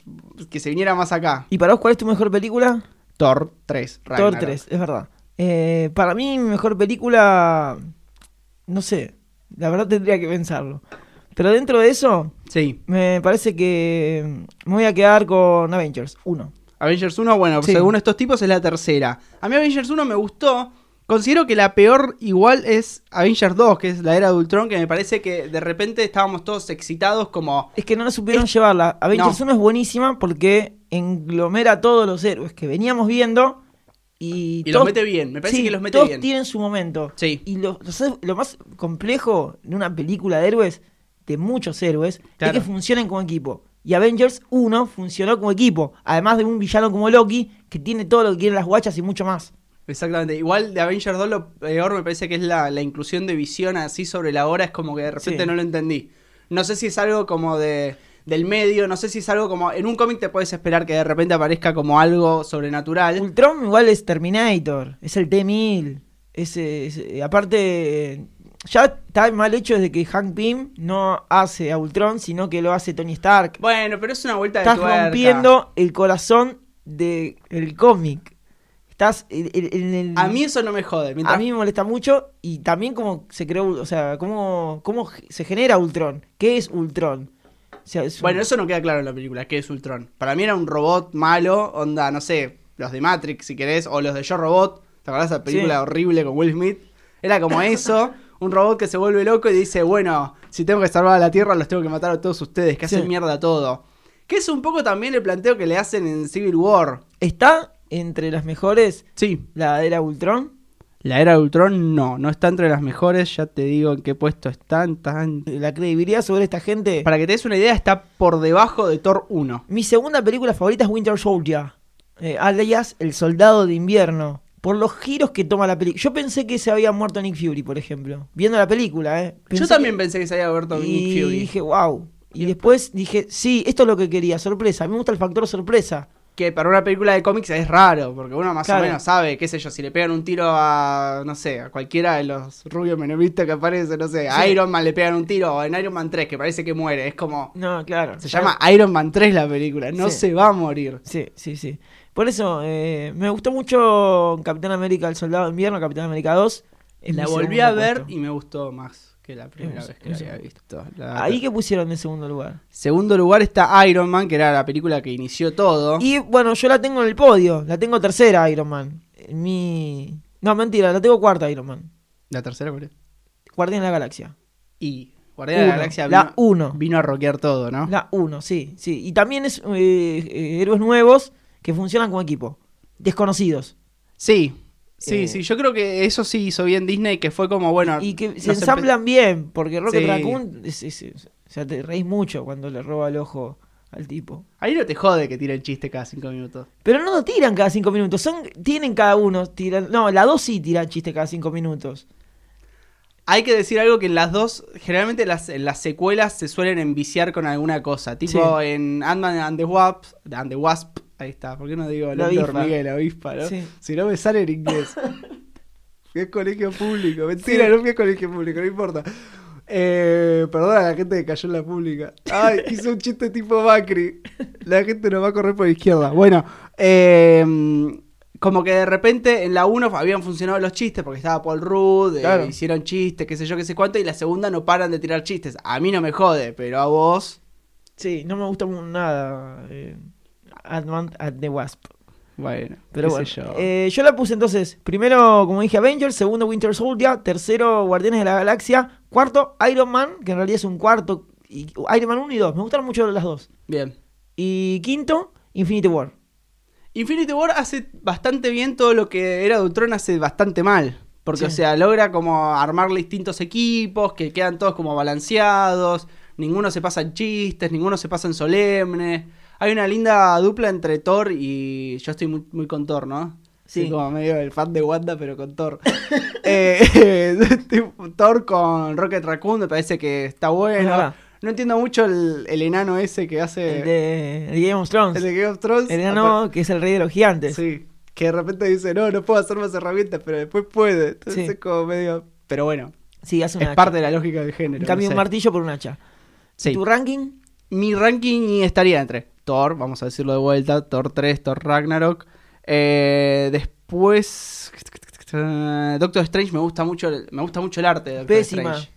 Speaker 3: que se viniera más acá.
Speaker 2: ¿Y para vos cuál es tu mejor película?
Speaker 3: Thor 3,
Speaker 2: Thor
Speaker 3: Ragnarok.
Speaker 2: 3, es verdad. Eh, para mí, mi mejor película. No sé. La verdad tendría que pensarlo. Pero dentro de eso,
Speaker 3: Sí.
Speaker 2: me parece que mm, me voy a quedar con Avengers 1.
Speaker 3: Avengers 1, bueno,
Speaker 2: Sí.
Speaker 3: según estos tipos es la tercera. A mí Avengers 1 me gustó. Considero que la peor igual es Avengers 2, que es la era de Ultron, que me parece que de repente estábamos todos excitados como...
Speaker 2: Es que no la supieron llevarla. Avengers
Speaker 3: No.
Speaker 2: 1 es buenísima porque englomera a todos los héroes que veníamos viendo y,
Speaker 3: Y los
Speaker 2: todos-
Speaker 3: mete bien, me parece
Speaker 2: sí,
Speaker 3: que los mete
Speaker 2: todos
Speaker 3: bien.
Speaker 2: tienen su momento.
Speaker 3: Sí.
Speaker 2: Y lo, lo sabes, lo más complejo de una película de héroes, de muchos héroes,
Speaker 3: Claro.
Speaker 2: es que funcionen como equipo. Y Avengers 1 funcionó como equipo, además de un villano como Loki que tiene todo lo que quieren las guachas y mucho más.
Speaker 3: Exactamente. Igual de Avengers 2 lo peor me parece que es la, la inclusión de visión así sobre la hora, es como que de repente
Speaker 2: Sí.
Speaker 3: no lo entendí. No sé si es algo como de del medio, no sé si es algo como... En un cómic te puedes esperar que de repente aparezca como algo sobrenatural.
Speaker 2: Ultron igual es Terminator, es el T-1000. Es, eh, es, eh, aparte, eh, ya está mal hecho desde que Hank Pym no hace a Ultron, sino que lo hace Tony Stark.
Speaker 3: Bueno, pero es una vuelta de
Speaker 2: Estás
Speaker 3: tuerca.
Speaker 2: rompiendo el corazón del cómic. Estás en, en- en el...
Speaker 3: A mí eso no me jode. Mientras
Speaker 2: A mí me molesta mucho y también cómo se creó, o sea, cómo, cómo se genera Ultron. ¿Qué es Ultron? O sea, es un-
Speaker 3: Bueno, eso no queda claro en la película, que es Ultron. Para mí era un robot malo, onda, no sé, los de Matrix, si querés, o los de Yo Robot. ¿Te acordás de esa película
Speaker 2: Sí.
Speaker 3: horrible con Will Smith? Era como *laughs* eso, un robot que se vuelve loco y dice, bueno, si tengo que salvar a la Tierra, los tengo que matar a todos ustedes, que
Speaker 2: Sí.
Speaker 3: hacen mierda todo. Que es un poco también el planteo que le hacen en Civil War.
Speaker 2: ¿Está entre las mejores
Speaker 3: Sí,
Speaker 2: la era Ultron?
Speaker 3: la era de Ultron no, no está entre las mejores, ya te digo en qué puesto están, tan...
Speaker 2: La credibilidad sobre esta gente.
Speaker 3: Para que te des una idea, está por debajo de Thor 1.
Speaker 2: Mi segunda película favorita es Winter Soldier, eh, alias El Soldado de Invierno, por los giros que toma la película. Yo pensé que se había muerto Nick Fury, por ejemplo, viendo la película, ¿eh? Pensé
Speaker 3: Yo también pensé que se había
Speaker 2: que-
Speaker 3: abierto
Speaker 2: y
Speaker 3: Nick Fury.
Speaker 2: dije, wow. Y después dije, sí, esto es lo que quería, sorpresa. A mí me gusta el factor sorpresa.
Speaker 3: Que para una película de cómics es raro, porque uno más
Speaker 2: Claro.
Speaker 3: o menos sabe, qué sé yo, si le pegan un tiro a, no sé, a cualquiera de los rubios menemistas que aparecen, no sé, a
Speaker 2: Sí.
Speaker 3: Iron Man le pegan un tiro, o en Iron Man 3, que parece que muere, es como...
Speaker 2: No, claro.
Speaker 3: Se llama Iron Man 3 la película, no
Speaker 2: Sí.
Speaker 3: se va a morir.
Speaker 2: Sí, sí, sí. Por eso, eh, me gustó mucho Capitán América, El Soldado de Invierno, Capitán América 2. Es
Speaker 3: la
Speaker 2: mi
Speaker 3: volví
Speaker 2: segundo
Speaker 3: a ver
Speaker 2: puesto.
Speaker 3: y me gustó más que la primera
Speaker 2: Es-
Speaker 3: vez que la
Speaker 2: es-
Speaker 3: había visto. La-
Speaker 2: Ahí que pusieron en segundo lugar.
Speaker 3: Segundo lugar está Iron Man, que era la película que inició todo.
Speaker 2: Y bueno, yo la tengo en el podio. La tengo tercera, Iron Man. Mi. No, mentira, la tengo cuarta, Iron Man.
Speaker 3: La tercera, ¿cuál es?
Speaker 2: Guardián de la Galaxia.
Speaker 3: Y Guardián de la
Speaker 2: Uno,
Speaker 3: Galaxia
Speaker 2: la
Speaker 3: vino,
Speaker 2: uno.
Speaker 3: vino a rockear todo, ¿no?
Speaker 2: La 1, sí, sí. Y también es eh, eh, héroes nuevos que funcionan como equipo. Desconocidos.
Speaker 3: Sí, sí,
Speaker 2: Eh,
Speaker 3: sí. Yo creo que eso sí hizo bien Disney, que fue como, bueno.
Speaker 2: y que se
Speaker 3: nos Ah, empe-
Speaker 2: ensamblan bien, porque Rocket
Speaker 3: Sí.
Speaker 2: Raccoon. es- es- es- o sea, te reís mucho cuando le roba el ojo al tipo.
Speaker 3: Ahí no te jode que tire el chiste cada cinco minutos.
Speaker 2: Pero no lo tiran cada cinco minutos. Son, tienen cada uno. Tiran, no, la 2 sí tiran chiste cada cinco minutos.
Speaker 3: Hay que decir algo que en las dos, generalmente las, en las secuelas se suelen enviciar con alguna cosa. Tipo en Ant-Man and the Wasp, and the Wasp, ahí está. ¿Por qué no digo
Speaker 2: La
Speaker 3: la
Speaker 2: avispa.
Speaker 3: hormiga y la avispa, no?
Speaker 2: Sí.
Speaker 3: Si no me sale en
Speaker 2: *laughs*
Speaker 3: inglés. es colegio público. Mentira,
Speaker 2: Sí.
Speaker 3: no fui a colegio público, no importa. Eh, perdona a la gente que cayó en la pública.
Speaker 2: *laughs*
Speaker 3: Ay, hizo un chiste tipo Macri. La gente nos va a correr por izquierda. Bueno, eh, como que de repente en la 1 habían funcionado los chistes porque estaba Paul Rudd, eh,
Speaker 2: Claro.
Speaker 3: hicieron chistes, qué sé yo, qué sé cuánto, y la segunda no paran de tirar chistes. A mí no me jode, pero a vos.
Speaker 2: Sí, no me gusta mu- nada. Eh, Ant-Man and the Wasp.
Speaker 3: Bueno,
Speaker 2: Pero
Speaker 3: qué
Speaker 2: bueno.
Speaker 3: sé yo.
Speaker 2: Eh, yo la puse entonces. Primero, como dije, Avengers. Segundo, Winter Soldier. Tercero, Guardianes de la Galaxia. Cuarto, Iron Man. Que en realidad es un cuarto. y- uh, Iron Man 1 y 2. Me gustaron mucho las dos.
Speaker 3: Bien.
Speaker 2: Y quinto, Infinity War.
Speaker 3: Infinity War hace bastante bien todo lo que era de Ultron hace bastante mal. Porque,
Speaker 2: Sí.
Speaker 3: o sea, logra como armar distintos equipos, que quedan todos como balanceados, ninguno se pasa en chistes, ninguno se pasa en solemnes. Hay una linda dupla entre Thor y. Yo estoy muy, muy con Thor, ¿no?
Speaker 2: Sí.
Speaker 3: Soy como medio el fan de Wanda, pero
Speaker 2: *laughs*
Speaker 3: con Thor. Eh, *laughs* Thor con Rocket Raccoon me parece que está
Speaker 2: Es
Speaker 3: bueno.
Speaker 2: verdad.
Speaker 3: No entiendo mucho el, el enano ese que hace.
Speaker 2: El de, el de Game of Thrones.
Speaker 3: Eh, el
Speaker 2: El,
Speaker 3: de Game of Thrones.
Speaker 2: enano que es el rey de los gigantes.
Speaker 3: Sí, que de repente dice, no, no puedo hacer más herramientas, pero después puede. Entonces
Speaker 2: Sí.
Speaker 3: es como medio... Pero bueno,
Speaker 2: Sí, hace una
Speaker 3: es parte de la lógica del género.
Speaker 2: Cambia
Speaker 3: no
Speaker 2: un
Speaker 3: sé.
Speaker 2: martillo por un hacha.
Speaker 3: Sí.
Speaker 2: ¿Tu ranking?
Speaker 3: Mi ranking estaría entre Thor, vamos a decirlo de vuelta, Thor 3, Thor Ragnarok. Eh, después... Doctor Strange me gusta mucho, el- me gusta mucho el arte de Doctor
Speaker 2: Pésima.
Speaker 3: Strange.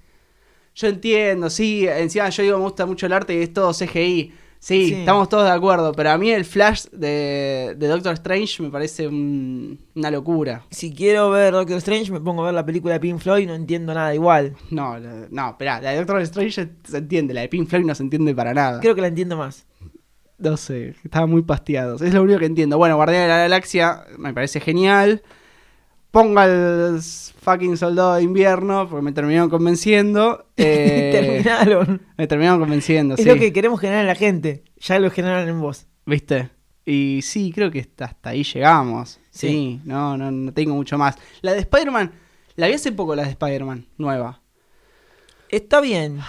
Speaker 3: Yo entiendo, sí, encima yo digo me gusta mucho el arte y es todo CGI. Sí,
Speaker 2: Sí.
Speaker 3: estamos todos de acuerdo, pero a mí el flash de, de Doctor Strange me parece un- una locura.
Speaker 2: Si quiero ver Doctor Strange, me pongo a ver la película de Pink Floyd y no entiendo nada igual.
Speaker 3: No, la- no, espera, la de Doctor Strange se entiende, la de Pink Floyd no se entiende para nada.
Speaker 2: Creo que la entiendo más.
Speaker 3: No sé, estaban muy pasteados. Es lo único que entiendo. Bueno, Guardián de la Galaxia me parece genial. Ponga al fucking soldado de invierno, porque me
Speaker 2: *laughs*
Speaker 3: terminaron convenciendo. Eh,
Speaker 2: Terminaron.
Speaker 3: me terminaron convenciendo,
Speaker 2: Es
Speaker 3: sí.
Speaker 2: lo que queremos generar en la gente. Ya lo generaron en vos.
Speaker 3: ¿Viste? Y sí, creo que hasta- hasta ahí llegamos. Sí,
Speaker 2: Sí.
Speaker 3: no, no, no tengo mucho más. La de Spider-Man, la vi hace poco la de Spider-Man, nueva.
Speaker 2: Está bien.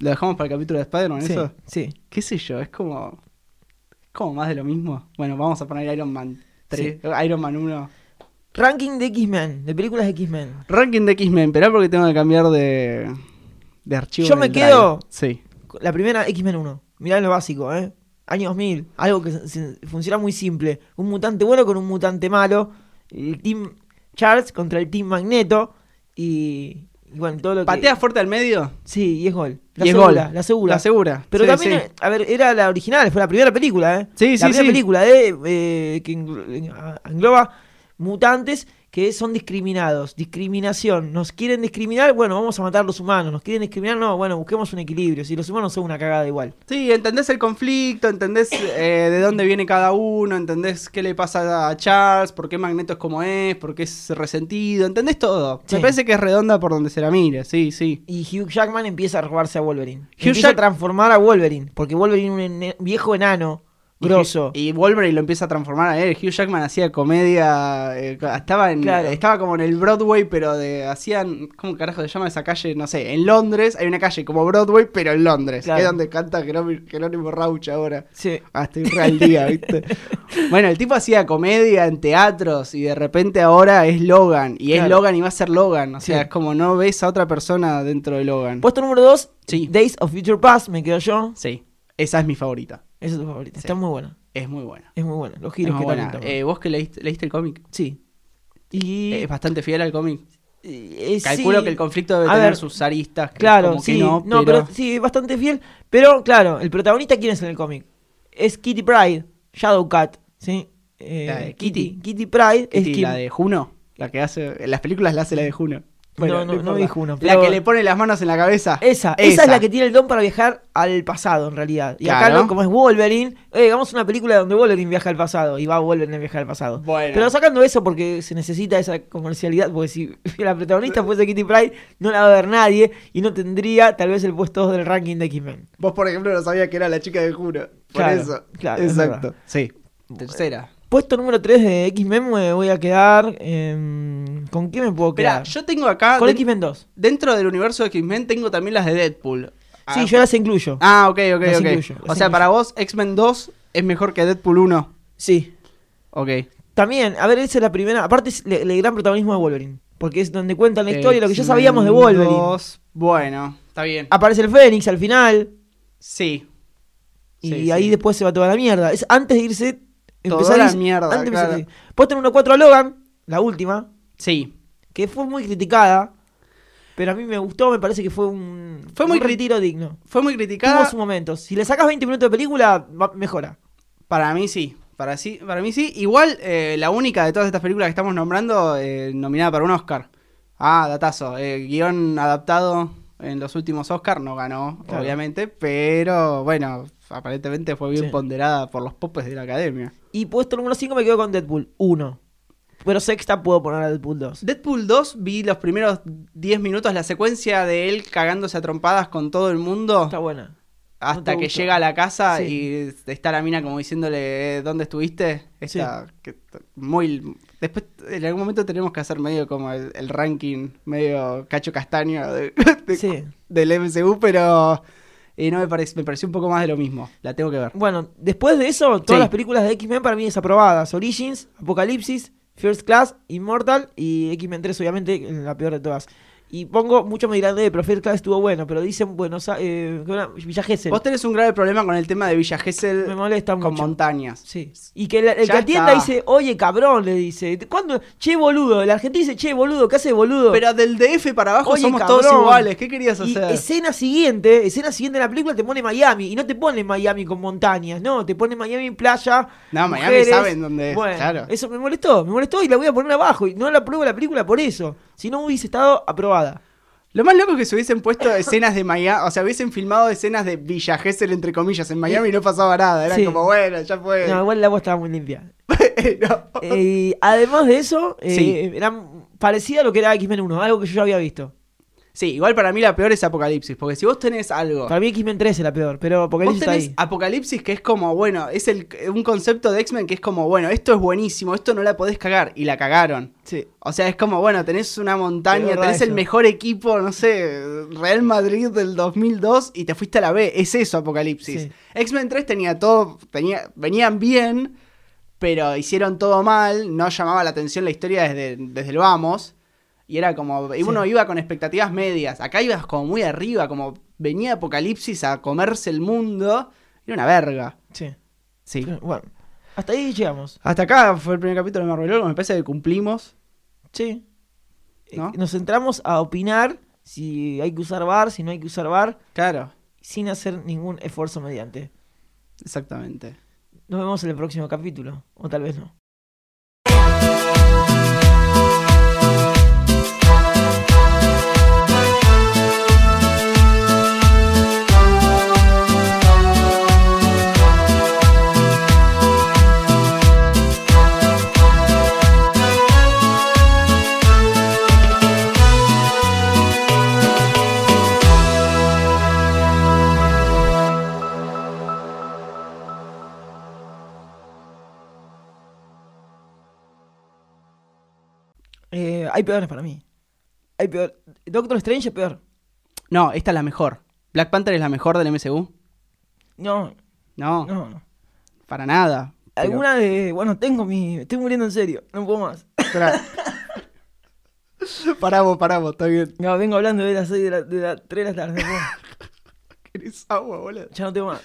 Speaker 3: ¿Lo dejamos para el capítulo de Spider-Man
Speaker 2: Sí,
Speaker 3: eso?
Speaker 2: sí.
Speaker 3: ¿Qué sé yo? Es como. Es como más de lo mismo. Bueno, vamos a poner Iron Man 3, Iron Man 1.
Speaker 2: Ranking de X-Men, de películas de X-Men.
Speaker 3: Ranking de X-Men, pero porque tengo que cambiar de. de archivo.
Speaker 2: Yo
Speaker 3: en
Speaker 2: me
Speaker 3: el
Speaker 2: quedo.
Speaker 3: drive. Sí.
Speaker 2: La primera, X-Men 1. Mirá lo básico, ¿eh? Año 2000. Algo que se- se- funciona muy simple. Un mutante bueno con un mutante malo. El Team Charles contra el Team Magneto. Y, y bueno, todo lo que...
Speaker 3: Patea fuerte al medio.
Speaker 2: Sí, y es gol. La
Speaker 3: y es
Speaker 2: segura,
Speaker 3: gol.
Speaker 2: la segura.
Speaker 3: La segura.
Speaker 2: Pero
Speaker 3: Sí,
Speaker 2: también,
Speaker 3: sí.
Speaker 2: eh, a ver, era la original, fue la primera película, ¿eh?
Speaker 3: Sí,
Speaker 2: la
Speaker 3: sí,
Speaker 2: primera
Speaker 3: sí.
Speaker 2: película de, eh, que englo- engloba mutantes que son discriminados. Discriminación. Nos quieren discriminar, bueno, vamos a matar a los humanos. Nos quieren discriminar, no, bueno, busquemos un equilibrio. Si los humanos son una cagada igual.
Speaker 3: Sí, entendés el conflicto, entendés eh, de dónde viene cada uno, entendés qué le pasa a Charles, por qué Magneto es como es, por qué es resentido, entendés todo.
Speaker 2: Sí.
Speaker 3: Me parece que es redonda por donde se la mire, sí, sí.
Speaker 2: Y Hugh Jackman empieza a robarse a Wolverine.
Speaker 3: Hugh
Speaker 2: empieza
Speaker 3: Jack-
Speaker 2: a transformar a Wolverine, porque Wolverine es un ene- viejo enano, grosso.
Speaker 3: Y, y Wolverine lo empieza a transformar a él. Hugh Jackman hacía comedia, eh, estaba en,
Speaker 2: Claro.
Speaker 3: estaba como en el Broadway, pero de hacían, ¿cómo carajo se llama esa calle? No sé, en Londres hay una calle como Broadway, pero en Londres,
Speaker 2: Claro.
Speaker 3: que es donde canta Jerón- Jerónimo Rauch ahora.
Speaker 2: Sí.
Speaker 3: Ah, estoy re al
Speaker 2: *laughs*
Speaker 3: día, ¿viste? bueno, el tipo hacía comedia en teatros y de repente ahora es Logan. Y es
Speaker 2: Claro.
Speaker 3: Logan y va a ser Logan. O sea,
Speaker 2: Sí.
Speaker 3: es como no ves a otra persona dentro de Logan.
Speaker 2: Puesto número 2,
Speaker 3: Sí.
Speaker 2: Days of Future Past, me quedo yo.
Speaker 3: Sí, esa es mi favorita.
Speaker 2: Esa es tu favorita.
Speaker 3: Sí.
Speaker 2: Está muy buena.
Speaker 3: Es muy buena.
Speaker 2: Es muy buena. Los
Speaker 3: Es
Speaker 2: giros
Speaker 3: muy
Speaker 2: que
Speaker 3: buena.
Speaker 2: también toman.
Speaker 3: Eh, ¿Vos que leíste, leíste el cómic?
Speaker 2: Sí. Y.
Speaker 3: Eh, Es bastante fiel al cómic.
Speaker 2: eh, eh,
Speaker 3: Calculo
Speaker 2: sí,
Speaker 3: que el conflicto debe
Speaker 2: A
Speaker 3: tener
Speaker 2: ver.
Speaker 3: sus aristas. que
Speaker 2: Claro,
Speaker 3: como que
Speaker 2: sí.
Speaker 3: no,
Speaker 2: no, pero... sí, es bastante fiel. Pero, claro, el protagonista, ¿quién es en el cómic? Es Kitty Pride, Shadowcat, ¿sí? Eh,
Speaker 3: La de
Speaker 2: Kitty.
Speaker 3: Kitty.
Speaker 2: Kitty Pride es
Speaker 3: Kitty,
Speaker 2: quien-
Speaker 3: la de Juno, la que hace. En las películas la hace la de Juno.
Speaker 2: No, no, no
Speaker 3: importa.
Speaker 2: vi Juno,
Speaker 3: La
Speaker 2: pero-
Speaker 3: que le pone las manos en la cabeza.
Speaker 2: Esa, esa, es la que tiene el don para viajar al pasado, en realidad. Y acá,
Speaker 3: Claro.
Speaker 2: ¿no? como es Wolverine, eh, vamos a una película donde Wolverine viaja al pasado y va a Wolverine a viajar al pasado.
Speaker 3: Bueno.
Speaker 2: Pero sacando eso, porque se necesita esa comercialidad, porque si la protagonista fuese Kitty Pryde, no la va a ver nadie y no tendría tal vez el puesto 2 del ranking de X-Men.
Speaker 3: Vos, por ejemplo, no sabías que era la chica de Juno. Por
Speaker 2: Claro,
Speaker 3: eso.
Speaker 2: claro, es
Speaker 3: Exacto.
Speaker 2: verdad.
Speaker 3: sí. Tercera.
Speaker 2: Puesto número 3 de X-Men me voy a quedar. em, ¿Con qué me puedo
Speaker 3: Espera,
Speaker 2: quedar?
Speaker 3: yo tengo acá.
Speaker 2: Con
Speaker 3: den-
Speaker 2: X-Men 2.
Speaker 3: Dentro del universo de X-Men tengo también las de Deadpool.
Speaker 2: Sí,
Speaker 3: Ah,
Speaker 2: yo las incluyo.
Speaker 3: Ah, ok, ok,
Speaker 2: Las
Speaker 3: ok.
Speaker 2: incluyo,
Speaker 3: o
Speaker 2: las
Speaker 3: sea,
Speaker 2: incluyo.
Speaker 3: para vos, X-Men 2 es mejor que Deadpool 1.
Speaker 2: Sí.
Speaker 3: Ok.
Speaker 2: También, a ver, esa es la primera. Aparte, es le- el gran protagonismo de Wolverine. Porque es donde cuentan la historia, lo que ya
Speaker 3: X-Men
Speaker 2: sabíamos de Wolverine.
Speaker 3: 2, Eh, bueno, está bien.
Speaker 2: Aparece el Fénix al final.
Speaker 3: Sí.
Speaker 2: Y
Speaker 3: Sí,
Speaker 2: ahí
Speaker 3: sí.
Speaker 2: después se va toda la mierda. Es antes de irse.
Speaker 3: Toda
Speaker 2: empezar
Speaker 3: la
Speaker 2: a irse-
Speaker 3: mierda,
Speaker 2: Antes de empezar
Speaker 3: claro.
Speaker 2: a irse. Posta número 4 a Logan, la última.
Speaker 3: Sí.
Speaker 2: Que fue muy criticada. Pero a mí me gustó, me parece que fue un.
Speaker 3: Fue muy
Speaker 2: un retiro digno.
Speaker 3: Fue muy
Speaker 2: Tuvo
Speaker 3: criticada.
Speaker 2: sus momentos. Si le sacas 20 minutos de película, va- mejora.
Speaker 3: Para mí sí. Para, sí, para mí sí. Igual, eh, la única de todas estas películas que estamos nombrando, eh, nominada para un Oscar. Ah, datazo. Eh, guión adaptado en los últimos Oscar no ganó,
Speaker 2: Claro.
Speaker 3: obviamente, pero bueno, aparentemente fue bien
Speaker 2: Sí.
Speaker 3: ponderada por los popes de la academia.
Speaker 2: Y puesto número 5 me quedo con Deadpool 1. Pero sexta puedo poner a Deadpool 2.
Speaker 3: Deadpool 2, vi los primeros 10 minutos, la secuencia de él cagándose a trompadas con todo el mundo.
Speaker 2: Está buena.
Speaker 3: Hasta
Speaker 2: te
Speaker 3: que
Speaker 2: gustó.
Speaker 3: llega a la casa
Speaker 2: Sí.
Speaker 3: y está la mina como diciéndole, "Eh, ¿dónde estuviste? Está muy... Después, en algún momento tenemos que hacer medio como el, el ranking, medio cacho castaño de- *laughs* de-
Speaker 2: Sí.
Speaker 3: del MCU, pero eh, no me, parece, me pareció un poco más de lo mismo. La tengo que ver.
Speaker 2: Bueno, después de eso, todas
Speaker 3: Sí.
Speaker 2: las películas de X-Men para mí desaprobadas. Origins, Apocalipsis, First Class, Immortal y X-Men 3, obviamente, la peor de todas. Y pongo, mucho me dirán, eh, pero First Class estuvo bueno, pero dicen Buenos A- eh, ¿qué era? Villa Gesell.
Speaker 3: Vos tenés un grave problema con el tema de Villa Gesell
Speaker 2: Me molesta
Speaker 3: con
Speaker 2: mucho.
Speaker 3: montañas.
Speaker 2: Sí. Y que el, el
Speaker 3: Ya
Speaker 2: que atienda
Speaker 3: está.
Speaker 2: dice, oye cabrón, le dice. ¿Cuándo? Che boludo. El argentino dice, che boludo, ¿qué hace boludo?
Speaker 3: Pero del DF para abajo
Speaker 2: Oye,
Speaker 3: somos todos
Speaker 2: cabrón.
Speaker 3: iguales. ¿Qué querías
Speaker 2: Y
Speaker 3: hacer?
Speaker 2: escena siguiente, escena siguiente de la película te pone Miami. Y no te pone Miami con montañas, no, te pone Miami playa.
Speaker 3: No, Miami saben dónde es,
Speaker 2: Bueno,
Speaker 3: claro.
Speaker 2: Eso me molestó, me molestó y la voy a poner abajo. Y no la apruebo la película por eso. Si no hubiese estado aprobada.
Speaker 3: Lo más loco es que se hubiesen puesto escenas de Miami, o sea, hubiesen filmado escenas de Villa Gesell, entre comillas, en Miami y no pasaba nada. Era
Speaker 2: Sí.
Speaker 3: como, bueno, ya fue. *laughs*
Speaker 2: No, igual la voz estaba muy limpia.
Speaker 3: No.
Speaker 2: Eh, y además de eso, eh,
Speaker 3: Sí.
Speaker 2: era parecida a lo que era X-Men 1, algo que yo ya había visto.
Speaker 3: Sí, igual para mí la peor es Apocalipsis, porque si vos tenés algo.
Speaker 2: Para mí X-Men 3 es la peor, pero porque
Speaker 3: Vos
Speaker 2: está
Speaker 3: tenés
Speaker 2: ahí.
Speaker 3: Apocalipsis que es como, bueno, es el, un concepto de X-Men que es como, bueno, esto es buenísimo, esto no la podés cagar, y la cagaron.
Speaker 2: Sí.
Speaker 3: O sea, es como, bueno, tenés una
Speaker 2: Es
Speaker 3: montaña,
Speaker 2: verdad
Speaker 3: tenés el
Speaker 2: eso.
Speaker 3: mejor equipo, no sé, Real Madrid del 2002 y te fuiste a la B. Es eso, Apocalipsis.
Speaker 2: Sí.
Speaker 3: X-Men 3 tenía todo, tenía, venían bien, pero hicieron todo mal, no llamaba la atención la historia desde, desde el vamos. Y era como, y uno
Speaker 2: Sí.
Speaker 3: iba con expectativas medias. Acá ibas como muy arriba, como venía Apocalipsis a comerse el mundo. Era una verga.
Speaker 2: Sí.
Speaker 3: Sí.
Speaker 2: Bueno, hasta ahí llegamos.
Speaker 3: Hasta acá fue el primer capítulo de Marvel, me parece que cumplimos.
Speaker 2: Sí. Eh,
Speaker 3: ¿No?
Speaker 2: Nos centramos a opinar si hay que usar bar, si no hay que usar bar,
Speaker 3: Claro,
Speaker 2: sin hacer ningún esfuerzo mediante.
Speaker 3: exactamente.
Speaker 2: Nos vemos en el próximo capítulo, o tal vez no. Eh, hay peores para mí. Hay peor. Doctor Strange es peor.
Speaker 3: No, esta es la mejor. Black Panther es la mejor del MCU.
Speaker 2: No,
Speaker 3: No,
Speaker 2: no, no.
Speaker 3: para nada. Pero-
Speaker 2: Alguna de. Bueno, tengo mi. Estoy muriendo en serio. No puedo más.
Speaker 3: Pará. *laughs* Pará vos, pará vos, está bien.
Speaker 2: No, vengo hablando de las 6 de la, de la 3 de la tarde. no puedo más.
Speaker 3: ¿Querés agua, boludo?
Speaker 2: ya no tengo más.